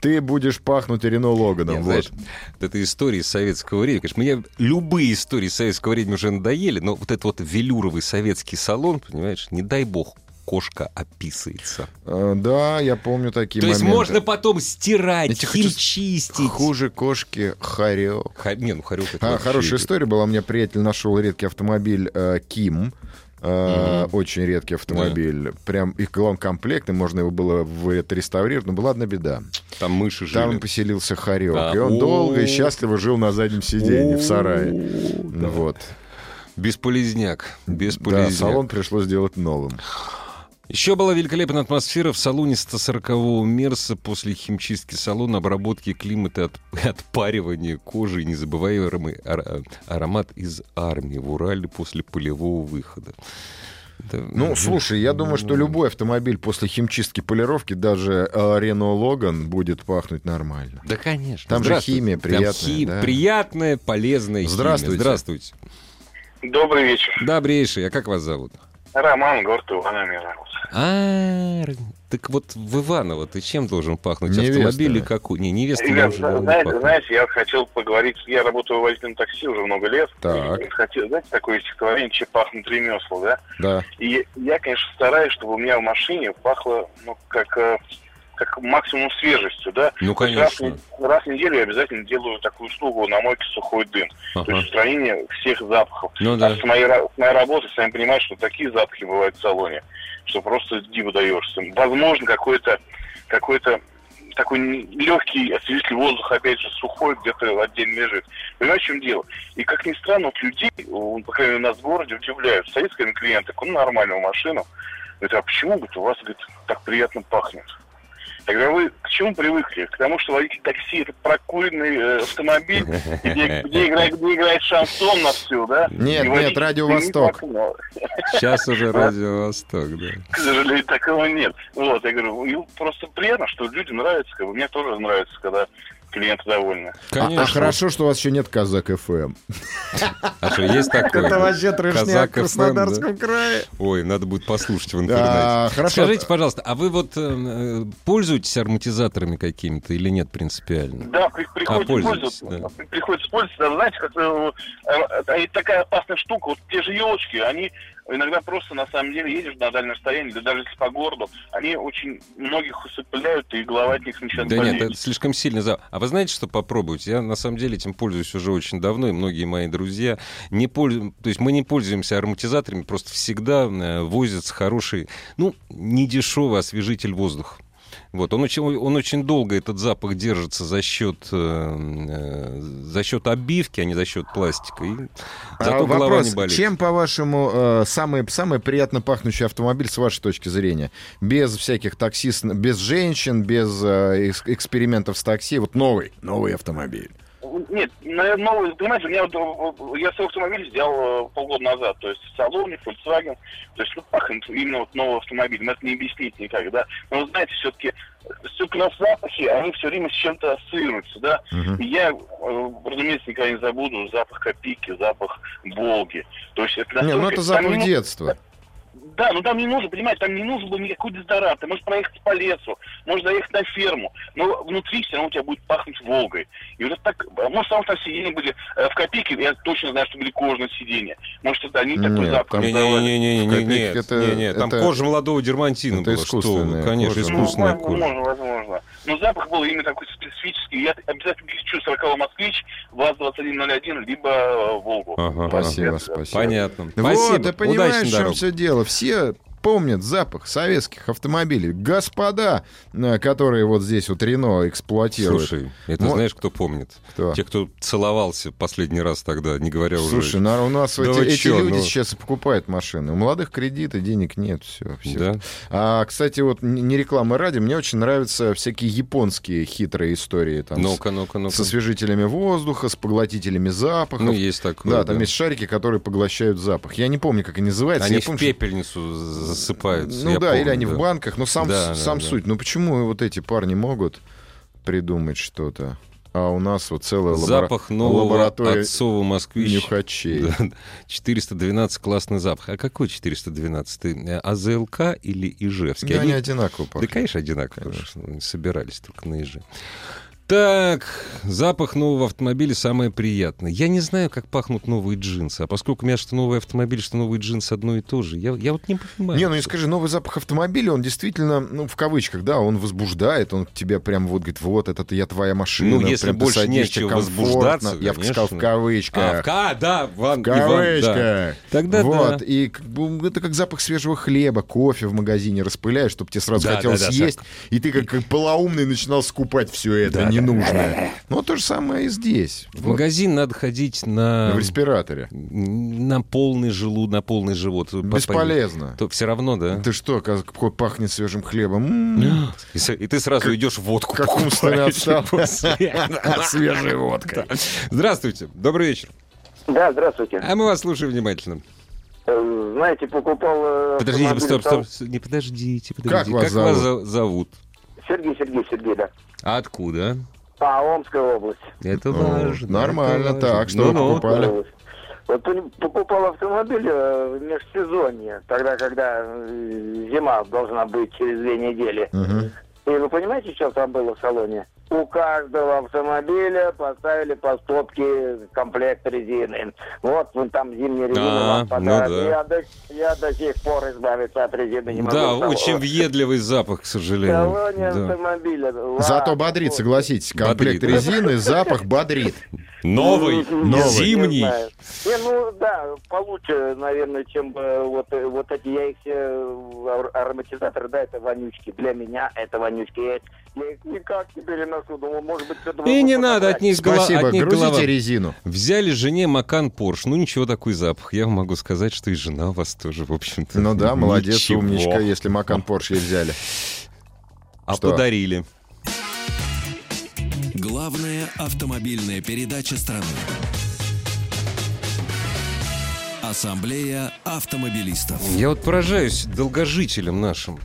Speaker 3: Ты будешь пахнуть Рено
Speaker 2: Нет,
Speaker 3: Логаном.
Speaker 2: знаешь,
Speaker 3: Вот.
Speaker 2: вот эта история из советского времени, конечно, мне любые истории из советского времени уже надоели, но вот этот вот велюровый советский салон, понимаешь, не дай бог, кошка описывается.
Speaker 3: Э, Да, я помню такие
Speaker 2: То есть
Speaker 3: моменты.
Speaker 2: можно потом стирать,
Speaker 3: Я тебе хочу
Speaker 2: хим чистить.
Speaker 3: Хуже кошки хорек.
Speaker 2: Ха- не, ну хорек это
Speaker 3: А,
Speaker 2: вообще
Speaker 3: хорошая
Speaker 2: идет.
Speaker 3: история была. У меня приятель нашел редкий автомобиль э, Ким. Э, Очень редкий автомобиль. Прям их комплект, и можно его было в- отреставрировать. Но была одна беда.
Speaker 2: Там мыши жили.
Speaker 3: Там поселился хорек.
Speaker 2: Да.
Speaker 3: И он
Speaker 2: О.
Speaker 3: долго и счастливо жил на заднем сиденье в сарае.
Speaker 2: О, да.
Speaker 3: Вот.
Speaker 2: Бесполезняк.
Speaker 3: Да,
Speaker 2: Бесполезняк.
Speaker 3: салон пришлось делать новым.
Speaker 2: Еще была великолепная атмосфера в салоне 140-го Мерса после химчистки салона, обработки климата, от, [LAUGHS] отпаривания кожи и а, незабываемый ар- аромат из армии в Урале после полевого выхода. Это-
Speaker 3: Ну, слушай, я думаю, что любой автомобиль после химчистки полировки, даже Рено Логан, будет пахнуть нормально.
Speaker 2: Да, конечно.
Speaker 3: Там же
Speaker 2: Здравствуйте.
Speaker 3: химия
Speaker 2: Там
Speaker 3: приятная,
Speaker 2: хи-
Speaker 3: да.
Speaker 2: Приятная, полезная химия.
Speaker 3: Здравствуйте.
Speaker 2: Здравствуйте.
Speaker 5: Добрый вечер.
Speaker 2: Добрейший. А как вас зовут?
Speaker 5: Роман, город Ивана меня зовут.
Speaker 2: А, так вот в Иваново ты чем должен пахнуть?
Speaker 3: Невеста.
Speaker 2: Автомобиль или какой? Не, невеста я
Speaker 5: Ребят,
Speaker 2: уже
Speaker 5: зна-
Speaker 2: давно
Speaker 5: знаете,
Speaker 2: пахну.
Speaker 5: знаете, я хотел поговорить, я работаю водителем такси уже много лет.
Speaker 3: Так.
Speaker 5: И Хотел, знаете, такое стихотворение, чем пахнут ремесла, да?
Speaker 3: Да.
Speaker 5: И я, конечно, стараюсь, чтобы у меня в машине пахло, ну, как, э, как максимум свежестью, да?
Speaker 2: Ну,
Speaker 5: То есть раз в
Speaker 2: конечно.
Speaker 5: не- Раз в неделю я обязательно делаю такую услугу на мойке сухой дым. То
Speaker 2: Ага.
Speaker 5: есть устранение всех запахов.
Speaker 2: Ну да.
Speaker 5: А с моей, ра- с моей работы, сами понимаете, что такие запахи бывают в салоне, что просто диву даешься. Возможно, какой-то какой-то такой легкий освежитель воздуха, опять же, сухой, где-то отдельно лежит. Понимаете, в чем дело? И, как ни странно, вот людей, у- по крайней мере, у нас в городе удивляют. Стоит ко мне клиент, такой, ну, нормальную машину. Говорит, а почему, говорит, у вас, говорит, так приятно пахнет? Я говорю, «А вы к чему привыкли? К тому, что водитель такси – это прокуренный э, автомобиль, где, где играет, где играет шансон на всю, да?
Speaker 3: Нет,
Speaker 5: И
Speaker 3: нет,
Speaker 5: водитель
Speaker 3: «Радио
Speaker 5: сидит в
Speaker 3: Восток».
Speaker 5: окно.
Speaker 2: Сейчас уже Радио Восток, да.
Speaker 5: К сожалению, такого нет. Вот, я говорю, «Ну, просто приятно, что людям нравится, как бы мне тоже нравится, когда клиенты довольны.
Speaker 3: А-
Speaker 2: Конечно.
Speaker 3: А, хорошо, что у вас еще нет казак ФМ.
Speaker 2: А что, есть такое? Казак FM, да?
Speaker 3: крае.
Speaker 2: Ой, надо будет послушать в
Speaker 3: Да,
Speaker 2: интернете.
Speaker 3: А, хорошо.
Speaker 2: Скажите, пожалуйста, а вы вот э, пользуетесь ароматизаторами какими-то или нет принципиально?
Speaker 5: Да, при-
Speaker 2: А,
Speaker 5: приходится
Speaker 2: пользуетесь,
Speaker 5: пользоваться. при- Приходится пользоваться. Даже, знаете, как, э, э, э, такая опасная штука. Вот те же елочки, они иногда просто, на самом деле, едешь на дальнее расстояние, да даже если по городу, они очень многих усыпляют, и голова от них начинает
Speaker 2: Да
Speaker 5: болеть.
Speaker 2: нет, это слишком сильно за. А вы знаете, что попробовать? Я на самом деле этим пользуюсь уже очень давно, и многие мои друзья не пользуются. То есть мы не пользуемся ароматизаторами, просто всегда э, возится хороший, ну, не дешевый освежитель воздуха. Вот, он очень, он очень долго этот запах держится за счет, э, э, за счет обивки, а не за счет пластика. И зато голова не
Speaker 3: А вопрос,
Speaker 2: болит.
Speaker 3: чем, по-вашему, э, самый, самый приятно пахнущий автомобиль с вашей точки зрения? Без всяких таксист, без женщин, без э, экс- экспериментов с такси. Вот новый, новый автомобиль.
Speaker 5: Нет, наверное, новый, понимаете, у меня вот, э, я свой автомобиль сделал э, полгода назад, то есть в салоне, Volkswagen, то есть ну, пахнет именно вот новый автомобиль, но это не объяснить никак, да. Но вы знаете, э, все-таки все-таки у нас запахи, они все время с чем-то ассоциируются, да. И я, э, разумеется, никогда не забуду запах копейки, запах Волги. То есть это
Speaker 3: Не, ну это
Speaker 5: настолько- там
Speaker 3: запах
Speaker 5: не ну-
Speaker 3: детства.
Speaker 5: да, но там не нужно, понимаете, там не нужно было никакой дезодорант. Ты можешь проехать по лесу, можешь заехать на ферму, но внутри все равно у тебя будет пахнуть Волгой. И вот это так, а может, там, там сиденья были э, в копейке, я точно знаю, что были кожные сиденья. Может, это они такой
Speaker 3: Нет,
Speaker 5: запах
Speaker 3: там-
Speaker 5: издавали.
Speaker 2: Не-не-не,
Speaker 3: В
Speaker 2: не,
Speaker 3: копейке
Speaker 2: нет,
Speaker 3: это-
Speaker 2: не, не, там
Speaker 3: это-
Speaker 2: кожа молодого дермантина
Speaker 3: это
Speaker 2: была. что вы,
Speaker 3: искусственная
Speaker 2: Конечно,
Speaker 3: кожа.
Speaker 5: Ну,
Speaker 2: искусственная кожа.
Speaker 5: возможно, возможно. Но запах был именно такой специфический. Я обязательно кричу 40 москвич, ВАЗ-2101, либо э, Волгу.
Speaker 2: Ага,
Speaker 3: Спасибо,
Speaker 5: ага.
Speaker 3: спасибо.
Speaker 2: Понятно.
Speaker 3: Вот,
Speaker 2: Спасибо.
Speaker 3: ты понимаешь,
Speaker 2: Удачной
Speaker 3: в чем
Speaker 2: дороги.
Speaker 3: все дело. Все помнят запах советских автомобилей. Господа, э, которые вот здесь вот Рено эксплуатируют.
Speaker 2: Слушай, это
Speaker 3: Мо-
Speaker 2: знаешь, кто помнит?
Speaker 3: Кто?
Speaker 2: Те, кто целовался последний раз тогда, не говоря уже.
Speaker 3: Слушай, ну, на- у нас
Speaker 2: Да
Speaker 3: эти,
Speaker 2: вы
Speaker 3: эти
Speaker 2: чё,
Speaker 3: люди
Speaker 2: ну.
Speaker 3: сейчас и покупают машины. У молодых кредиты, денег нет, все.
Speaker 2: Да?
Speaker 3: А, кстати, вот н- не реклама ради, мне очень нравятся всякие японские хитрые истории там. с-
Speaker 2: Ну-ка, ну-ка, ну-ка.
Speaker 3: с освежителями воздуха, с поглотителями запахов.
Speaker 2: Ну, есть такое.
Speaker 3: да, там есть шарики, которые поглощают запах. Я не помню, как они называются.
Speaker 2: Они
Speaker 3: я
Speaker 2: в
Speaker 3: помню, что-
Speaker 2: пепельницу засыпаются.
Speaker 3: Ну
Speaker 2: я
Speaker 3: да, или
Speaker 2: помню,
Speaker 3: они
Speaker 2: да.
Speaker 3: в банках, но сам,
Speaker 2: Да, да,
Speaker 3: сам
Speaker 2: да.
Speaker 3: суть. Ну почему вот эти парни могут придумать что-то, а у нас вот целая лабора-
Speaker 2: Запах нового
Speaker 3: лаборатория
Speaker 2: отцова москвич.
Speaker 3: нюхачей.
Speaker 2: Да, да. 412 классный запах. А какой 412? Ты, э, АЗЛК или Ижевский?
Speaker 3: Да,
Speaker 2: Они
Speaker 3: они одинаково пахнут.
Speaker 2: Да, конечно, одинаково, потому что они собирались только на ежи. Так, запах нового автомобиля самое приятное. Я не знаю, как пахнут новые джинсы, а поскольку у меня что новый автомобиль, что новые джинсы одно и то же, я, я вот не понимаю.
Speaker 3: Не, ну и скажи, новый запах автомобиля, он действительно, ну, в кавычках, да, он возбуждает, он к тебе прям вот говорит, вот, это я твоя машина.
Speaker 2: Ну, если
Speaker 3: прям ты
Speaker 2: больше
Speaker 3: садишься
Speaker 2: нечего
Speaker 3: комфортно.
Speaker 2: возбуждаться,
Speaker 3: Я бы сказал в
Speaker 2: конечно.
Speaker 3: кавычках.
Speaker 2: А, в ка- да, Ван- Иван,
Speaker 3: В
Speaker 2: да.
Speaker 3: кавычках.
Speaker 2: Тогда
Speaker 3: вот,
Speaker 2: да.
Speaker 3: и как бы это как запах свежего хлеба, кофе в магазине распыляешь, чтобы тебе сразу
Speaker 2: Да,
Speaker 3: хотелось
Speaker 2: да, да,
Speaker 3: съесть, и ты как, как полоумный начинал скупать все это ненужное. Ну, то же самое и здесь,
Speaker 2: В
Speaker 3: Вот,
Speaker 2: магазин надо ходить на,
Speaker 3: в респираторе.
Speaker 2: на полный желуд, на полный живот.
Speaker 3: Бесполезно.
Speaker 2: То все равно, да.
Speaker 3: Ты что, как как пахнет свежим хлебом? М,
Speaker 2: И, с- и ты сразу идешь водку.
Speaker 3: Как умственно
Speaker 2: покупаешь
Speaker 3: отстал.
Speaker 2: [LAUGHS] после.
Speaker 3: Свежая водка.
Speaker 2: Здравствуйте, добрый вечер.
Speaker 4: Да, здравствуйте.
Speaker 2: А мы вас слушаем внимательно.
Speaker 4: Э, Знаете, покупал... э,
Speaker 2: Подождите,
Speaker 4: автомобиль
Speaker 2: стоп, стоп,
Speaker 4: сам.
Speaker 2: стоп, не подождите,
Speaker 3: Как
Speaker 2: подождите.
Speaker 3: вас
Speaker 2: вас за- зовут?
Speaker 4: Сергей, Сергей, Сергей, да.
Speaker 2: А откуда?
Speaker 4: А, Омская область.
Speaker 2: Это
Speaker 3: Ну,
Speaker 2: важно.
Speaker 3: нормально,
Speaker 2: это важно.
Speaker 3: так, что вы
Speaker 2: Ну-ну.
Speaker 3: покупали?
Speaker 4: Вот. Вот пон- покупал автомобиль э, в межсезонье, тогда, когда э, зима должна быть через две недели.
Speaker 3: Мгм.
Speaker 4: И вы понимаете, что там было в салоне? У каждого автомобиля поставили по стопке комплект резины. Вот ну, там зимняя
Speaker 2: А,
Speaker 4: резина. вам подарок.
Speaker 2: ну да.
Speaker 4: я, до, я до сих пор избавиться от резины не могу.
Speaker 2: Да,
Speaker 4: В салоне.
Speaker 2: очень въедливый запах, к
Speaker 4: В
Speaker 2: сожалению.
Speaker 4: салоне
Speaker 2: Да.
Speaker 4: автомобиля.
Speaker 3: Зато
Speaker 4: Ладно,
Speaker 3: бодрит,
Speaker 4: вот.
Speaker 3: согласитесь.
Speaker 2: Бодрит.
Speaker 3: Комплект резины,
Speaker 2: [LAUGHS]
Speaker 3: запах бодрит.
Speaker 2: Новый,
Speaker 4: Новый.
Speaker 2: зимний.
Speaker 4: Не, знаю. Не, ну да, получше, наверное, чем э, вот, э, вот эти, я их все, э, ар- ароматизаторы, да, это вонючки. Для меня это вонючки. Я, их- я их никак не переношу. Думал, может быть, что-то...
Speaker 2: И не надо, от них, голова,
Speaker 3: Спасибо.
Speaker 2: от них
Speaker 3: Грузите
Speaker 2: голова.
Speaker 3: резину.
Speaker 2: Взяли жене Макан Порш. Ну ничего, такой запах. Я вам могу сказать, что и жена у вас тоже, в общем-то.
Speaker 3: Ну да, молодец,
Speaker 2: ничего.
Speaker 3: умничка, если Макан Порш ей взяли.
Speaker 2: А
Speaker 3: Что?
Speaker 2: подарили.
Speaker 1: Главная автомобильная передача страны. Ассамблея автомобилистов.
Speaker 2: Я вот поражаюсь долгожителям нашим.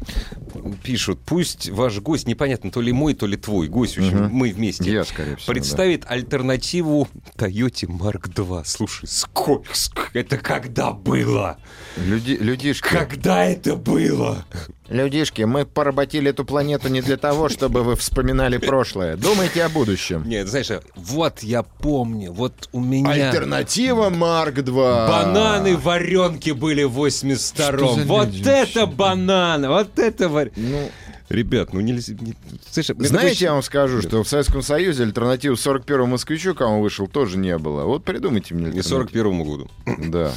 Speaker 2: Пишут, пусть ваш гость, непонятно, то ли мой, то ли твой гость, в общем,
Speaker 3: Мгм.
Speaker 2: мы вместе.
Speaker 3: Я, скорее всего, да.
Speaker 2: представит альтернативу Toyota Mark II. Слушай, сколько, ск- это когда было?
Speaker 3: Люди, людишки.
Speaker 2: Когда это было?
Speaker 3: Людишки, мы поработили эту планету не для того, чтобы вы вспоминали прошлое. Думайте о будущем.
Speaker 2: Нет, знаешь, вот я помню, вот у меня...
Speaker 3: Альтернатива Марк 2.
Speaker 2: Бананы варенки были в
Speaker 3: Что
Speaker 2: 82-м.
Speaker 3: за
Speaker 2: Вот
Speaker 3: люди
Speaker 2: это
Speaker 3: вообще?
Speaker 2: банан, вот это вар...
Speaker 3: Ну,
Speaker 2: Ребят, ну нельзя... не- Слушай, мне
Speaker 3: знаете, я
Speaker 2: такое
Speaker 3: вам скажу, что в Советском Союзе альтернативу 41-му москвичу, кому он вышел, тоже не было. Вот придумайте мне
Speaker 2: Не
Speaker 3: альтернативу.
Speaker 2: 41 году.
Speaker 3: Да,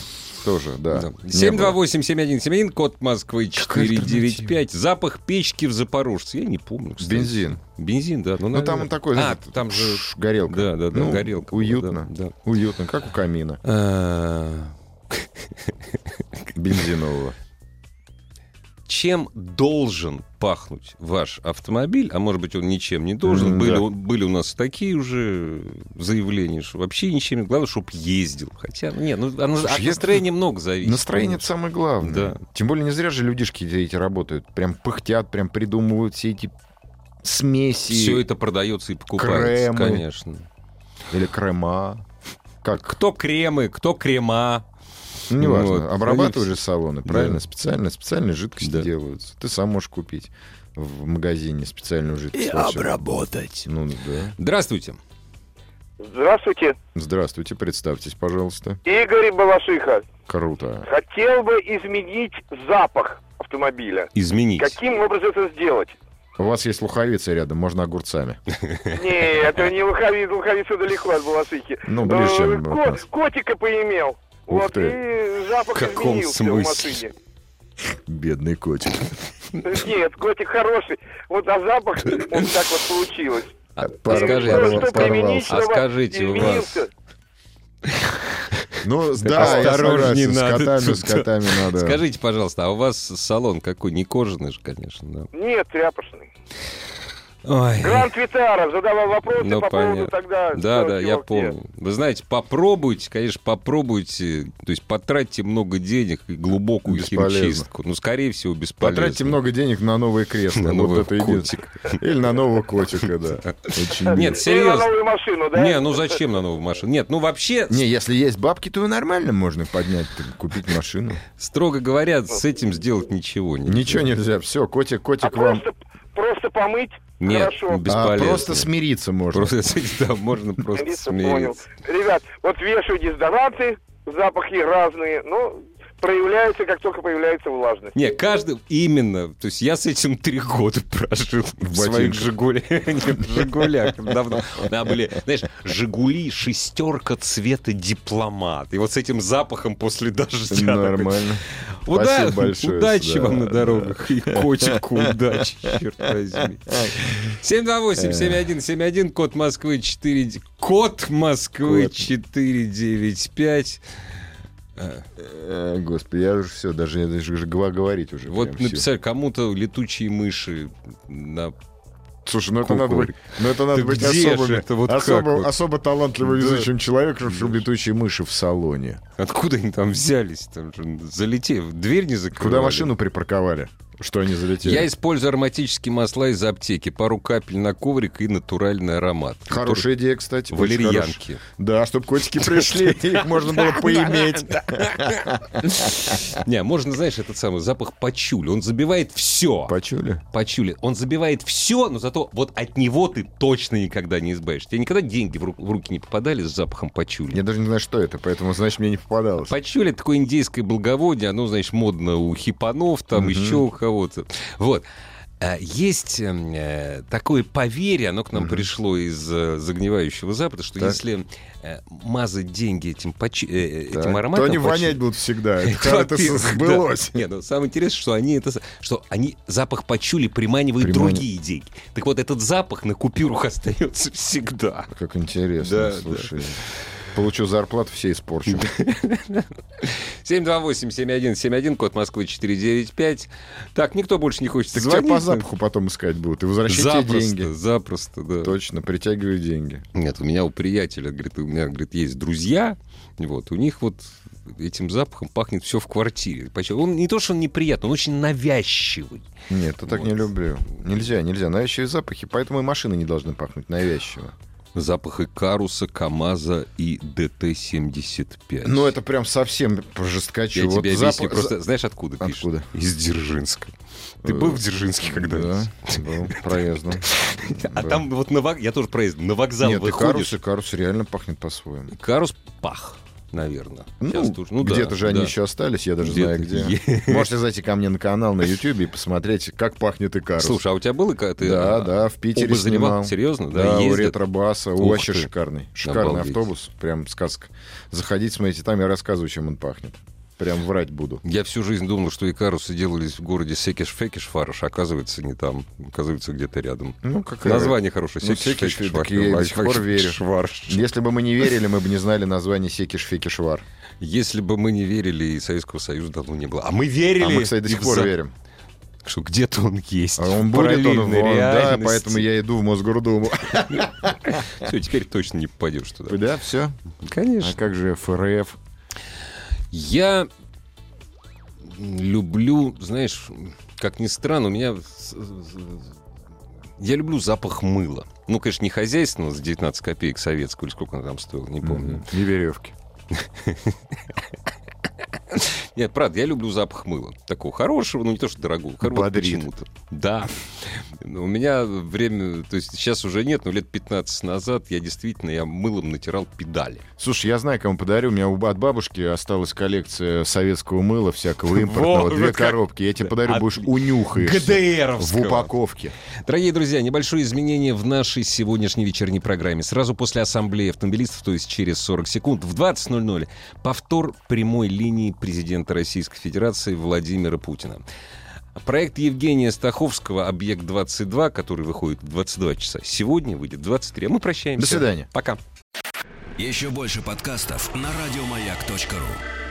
Speaker 3: тоже, да.
Speaker 2: Да.
Speaker 3: Не
Speaker 2: 728-7171, код Москвы
Speaker 3: Какая
Speaker 2: 495. Запах печки в Запорожце. Я не помню,
Speaker 3: было.
Speaker 2: кстати.
Speaker 3: Бензин.
Speaker 2: Бензин, да. Ну,
Speaker 3: Ну, там он такой,
Speaker 2: А,
Speaker 3: знаете,
Speaker 2: там же...
Speaker 3: пш, горелка.
Speaker 2: Да, да, да,
Speaker 3: Ну,
Speaker 2: горелка. была,
Speaker 3: Уютно.
Speaker 2: Да. да.
Speaker 3: Уютно, как у камина
Speaker 2: А,
Speaker 3: бензинового.
Speaker 2: Чем должен пахнуть ваш автомобиль, а может быть он ничем не должен,
Speaker 3: М,
Speaker 2: были,
Speaker 3: да.
Speaker 2: у- были у нас такие уже заявления, что вообще ничем, главное, чтобы ездил. Хотя, нет, ну, оно-
Speaker 3: Слушай,
Speaker 2: от
Speaker 3: я-
Speaker 2: настроения много зависит.
Speaker 3: Настроение это самое главное.
Speaker 2: Да.
Speaker 3: Тем более не зря же людишки эти работают. Прям пыхтят, прям придумывают все эти смеси
Speaker 2: Все это продается и покупается,
Speaker 3: Кремы.
Speaker 2: конечно.
Speaker 3: или крема. Как?
Speaker 2: Кто кремы, кто крема.
Speaker 3: Ну, неважно.
Speaker 2: Вот,
Speaker 3: Обрабатывают
Speaker 2: они
Speaker 3: же салоны, правильно?
Speaker 2: Да.
Speaker 3: Специально, специальные жидкости
Speaker 2: Да.
Speaker 3: делаются. Ты сам можешь купить в магазине специальную жидкость. вообще.
Speaker 2: обработать.
Speaker 3: Ну да.
Speaker 2: Здравствуйте.
Speaker 5: Здравствуйте,
Speaker 3: Здравствуйте, представьтесь, пожалуйста.
Speaker 5: Игорь Балашиха.
Speaker 3: Круто.
Speaker 5: Хотел бы изменить запах автомобиля.
Speaker 2: Изменить.
Speaker 5: Каким образом это сделать?
Speaker 3: У вас есть луховица рядом, можно огурцами.
Speaker 5: Не, это не луховица, луховица далеко от Балашихи.
Speaker 3: Ну, ближе, чем
Speaker 5: Э,
Speaker 3: от
Speaker 5: кот-
Speaker 3: нас.
Speaker 5: Котика поимел.
Speaker 3: Ух
Speaker 5: вот,
Speaker 3: ты.
Speaker 5: и запах
Speaker 2: В каком
Speaker 5: изменился в
Speaker 2: смысле?
Speaker 5: машине.
Speaker 3: Бедный котик.
Speaker 5: Нет, котик хороший. Вот, а запах, он так вот получилось.
Speaker 2: А,
Speaker 3: Пар-
Speaker 2: скажи,
Speaker 3: пар-
Speaker 2: а вот-
Speaker 3: пар- порвался.
Speaker 2: а скажите, у вас
Speaker 5: изменился?
Speaker 3: Ну, да, я
Speaker 2: Осторожней
Speaker 3: согласен,
Speaker 2: надо тут,
Speaker 3: С котами, с котами надо.
Speaker 2: Скажите, пожалуйста, а у вас салон какой? Не кожаный же, конечно, да.
Speaker 5: Нет, тряпочный.
Speaker 2: Ой.
Speaker 5: Гранд Витаров задавал вопросы
Speaker 2: Ну,
Speaker 5: по
Speaker 2: понятно.
Speaker 5: поводу тогда...
Speaker 2: Да,
Speaker 5: что
Speaker 2: да, я
Speaker 5: делал где.
Speaker 2: помню. Вы знаете, попробуйте, конечно, попробуйте, то есть потратьте много денег и глубокую
Speaker 3: Бесполезно.
Speaker 2: химчистку. Ну, скорее всего, бесполезно.
Speaker 3: Потратьте много денег на новые
Speaker 2: На
Speaker 3: кресла. Вот
Speaker 2: новый
Speaker 3: это единственное.
Speaker 2: котик.
Speaker 3: Или на нового котика, да. Очень
Speaker 2: Нет,
Speaker 3: мило.
Speaker 5: Ну, и на
Speaker 2: серьезно.
Speaker 5: новую машину, да?
Speaker 2: Не, ну зачем на новую машину? Нет, ну вообще,
Speaker 3: Не, если есть бабки, то и нормально можно поднять, там, купить машину.
Speaker 2: строго говоря, с этим сделать ничего нельзя.
Speaker 3: Ничего нельзя, все, котик,
Speaker 5: А
Speaker 3: котик вам.
Speaker 5: просто, просто помыть?
Speaker 2: Нет,
Speaker 5: Хорошо.
Speaker 3: А,
Speaker 2: бесполезно.
Speaker 3: просто смириться можно.
Speaker 2: Просто с этим, да, можно просто
Speaker 5: Алиса, понял.
Speaker 2: смеяться.
Speaker 5: Ребят, вот вешаю дезодоранты, запахи разные, но проявляются, как только появляется влажность.
Speaker 2: Не, каждый именно. То есть я с этим три года прожил в своих
Speaker 3: ботинках.
Speaker 2: [LAUGHS] Жигулях. Нет, в Жигулях давно. Да, были, знаешь, Жигули шестерка цвета дипломат. И вот с этим запахом после дождя.
Speaker 3: [LAUGHS] Нормально.
Speaker 2: Уда-
Speaker 3: Спасибо большое,
Speaker 2: Удачи
Speaker 3: да,
Speaker 2: вам на
Speaker 3: да.
Speaker 2: дорогах. И котику удачи, черт возьми. 728-7171, код Москвы 4... Код Москвы
Speaker 3: Кот.
Speaker 2: 495. Э,
Speaker 3: Э, Господи, я уже все, даже я даже говорить уже.
Speaker 2: Вот
Speaker 3: прям всё.
Speaker 2: написали, кому-то летучие мыши на
Speaker 3: Слушай, ну это надо быть,
Speaker 2: Кукурик.
Speaker 3: ну это надо
Speaker 2: Ты
Speaker 3: быть
Speaker 2: где же
Speaker 3: особыми-
Speaker 2: это? Вот как
Speaker 3: особо,
Speaker 2: вот?
Speaker 3: особо талантливым
Speaker 2: Да.
Speaker 3: язычным человеком, чтобы летучие мыши в салоне.
Speaker 2: Откуда они там взялись? Там же залетев, дверь не закрывали.
Speaker 3: Куда машину припарковали, что они залетели?
Speaker 2: Я использую ароматические масла из аптеки. Пару капель на коврик и натуральный аромат.
Speaker 3: Хорошая идея, кстати.
Speaker 2: Который-
Speaker 3: очень хорошая.
Speaker 2: Валерьянки.
Speaker 3: Да,
Speaker 2: [LAUGHS]
Speaker 3: чтобы котики пришли, их можно было поиметь.
Speaker 2: Не, можно, знаешь, этот самый запах пачули. Он забивает все.
Speaker 3: Почули?
Speaker 2: Пачули. Он забивает все, но зато вот от него ты точно никогда не избавишься. Тебе никогда деньги в, ру- в руки не попадали с запахом пачули?
Speaker 3: Я даже не знаю, что это, поэтому, значит, мне не попадалось.
Speaker 2: Пачули такое индейское благоводие, оно, значит, модно у хипанов, там
Speaker 3: Мгм.
Speaker 2: еще у кого-то. Вот. А, Есть эм, э, такое поверье, оно к нам
Speaker 3: Мгм.
Speaker 2: пришло из э, загнивающего Запада, что
Speaker 3: Так.
Speaker 2: если э, мазать деньги этим, пачу- э,
Speaker 3: Да.
Speaker 2: этим ароматом...
Speaker 3: То они
Speaker 2: пачу- [LAUGHS]
Speaker 3: вонять будут всегда. Это
Speaker 2: Это
Speaker 3: как-то
Speaker 2: во-первых, да.
Speaker 3: сбылось.
Speaker 2: Не, ну, самое интересное, что они это, с- что они запах почули, приманивают
Speaker 3: Примани-
Speaker 2: другие деньги. Так вот этот запах на купюрах [LAUGHS] остается всегда.
Speaker 3: Как интересно,
Speaker 2: Да,
Speaker 3: слушай. Получу зарплату, все испорчу.
Speaker 2: 728-7171, код Москвы 495. Так, никто больше не хочет
Speaker 3: Так тебя
Speaker 2: звонить.
Speaker 3: по запаху потом искать будут и возвращать тебе
Speaker 2: Запросто,
Speaker 3: деньги.
Speaker 2: запросто, да.
Speaker 3: Точно, притягиваю деньги.
Speaker 2: Нет, у меня у приятеля, говорит, у меня, говорит, есть друзья, вот, у них вот этим запахом пахнет все в квартире. Почти- Он не то, что он неприятный, он очень навязчивый.
Speaker 3: Нет, я так
Speaker 2: Вот.
Speaker 3: не люблю. Нельзя, нельзя. Навязчивые запахи, поэтому и машины не должны пахнуть навязчиво.
Speaker 2: Запах и каруса, КАМАЗа и ДТ-75.
Speaker 3: Ну, это прям совсем по жесткачу.
Speaker 2: Я
Speaker 3: Вот
Speaker 2: тебе
Speaker 3: запах-
Speaker 2: объясню, просто знаешь, откуда пишут? Э,
Speaker 3: Откуда?
Speaker 2: Из Дзержинска. Ты был в Дзержинске когда-нибудь?
Speaker 3: Да, был проездом.
Speaker 2: [LAUGHS] А
Speaker 3: Да.
Speaker 2: там вот на вок- я тоже проездом, на вокзал
Speaker 3: Нет, и
Speaker 2: выходишь.
Speaker 3: карус, и карус реально пахнет по-своему.
Speaker 2: Карус пах, наверное.
Speaker 3: Ну, где-то же они еще остались, я даже знаю
Speaker 2: Где-то
Speaker 3: где. Можете зайти ко мне на канал на YouTube и посмотреть, как пахнет
Speaker 2: [LAUGHS]
Speaker 3: Икарус.
Speaker 2: Слушай, а у тебя было когда-то? а,
Speaker 3: да, да, в Питере
Speaker 2: оба заливал?
Speaker 3: снимал.
Speaker 2: Серьезно? Да,
Speaker 3: Да, у
Speaker 2: ездят?
Speaker 3: ретробаса.
Speaker 2: Ух
Speaker 3: Вообще
Speaker 2: ты.
Speaker 3: шикарный. Шикарный
Speaker 2: Обалдеть.
Speaker 3: автобус. Прям сказка. Заходите, смотрите, там я рассказываю, чем он пахнет. Прям врать буду.
Speaker 2: Я всю жизнь думал, что икарусы делались в городе Секиш-Фекиш-Фарш. Оказывается, не там. Оказывается, где-то рядом.
Speaker 3: Ну, как
Speaker 2: Название хорошее.
Speaker 3: Ну,
Speaker 2: Секиш-Фекиш-Фарш.
Speaker 3: Секиш, так я и до сих пор верю.
Speaker 2: Фарш.
Speaker 3: Если бы мы не верили, мы бы не знали название Секиш-Фекиш-Вар.
Speaker 2: Если бы мы не верили, и Советского Союза давно не было. А мы верили.
Speaker 3: А мы, кстати, до
Speaker 2: и
Speaker 3: сих
Speaker 2: в
Speaker 3: пор
Speaker 2: за-
Speaker 3: верим.
Speaker 2: Что где-то он есть.
Speaker 3: А он будет, он, он- да, поэтому я иду в Мосгордуму.
Speaker 2: Все, теперь точно не попадешь туда.
Speaker 3: Да, все. А
Speaker 2: Конечно.
Speaker 3: как же ФРФ?
Speaker 2: Я люблю, знаешь, как ни странно, у меня... с- с- Я люблю запах мыла. Ну, конечно, не хозяйственного, за 19 копеек советского, или сколько оно там стоило, не помню.
Speaker 3: Мгм. И веревки.
Speaker 2: Нет, правда, я люблю запах мыла. Такого хорошего, ну не то, что дорогого, хорошего
Speaker 3: Бодрит.
Speaker 2: почему-то. Да. Но У меня время, то есть сейчас уже нет, но лет 15 назад я действительно, я мылом натирал педали.
Speaker 3: Слушай, я знаю, кому подарю. У меня у ба- от бабушки осталась коллекция советского
Speaker 2: [LAUGHS]
Speaker 3: мыла, всякого импортного.
Speaker 2: Вот
Speaker 3: Две
Speaker 2: как.
Speaker 3: коробки. Я тебе подарю, будешь
Speaker 2: Отлично.
Speaker 3: унюхаешь. В
Speaker 2: ГДРовского.
Speaker 3: упаковке.
Speaker 2: Дорогие друзья, небольшое изменение в нашей сегодняшней вечерней программе. Сразу после ассамблеи автомобилистов, то есть через 40 секунд, в 20.00 повтор прямой линии президента Российской Федерации Владимира Путина. Проект Евгения Стаховского «Объект-22», который выходит в 22 часа, сегодня выйдет в 23. Мы прощаемся.
Speaker 3: До свидания.
Speaker 2: Пока.
Speaker 1: Еще больше подкастов на радиомаяк.ру.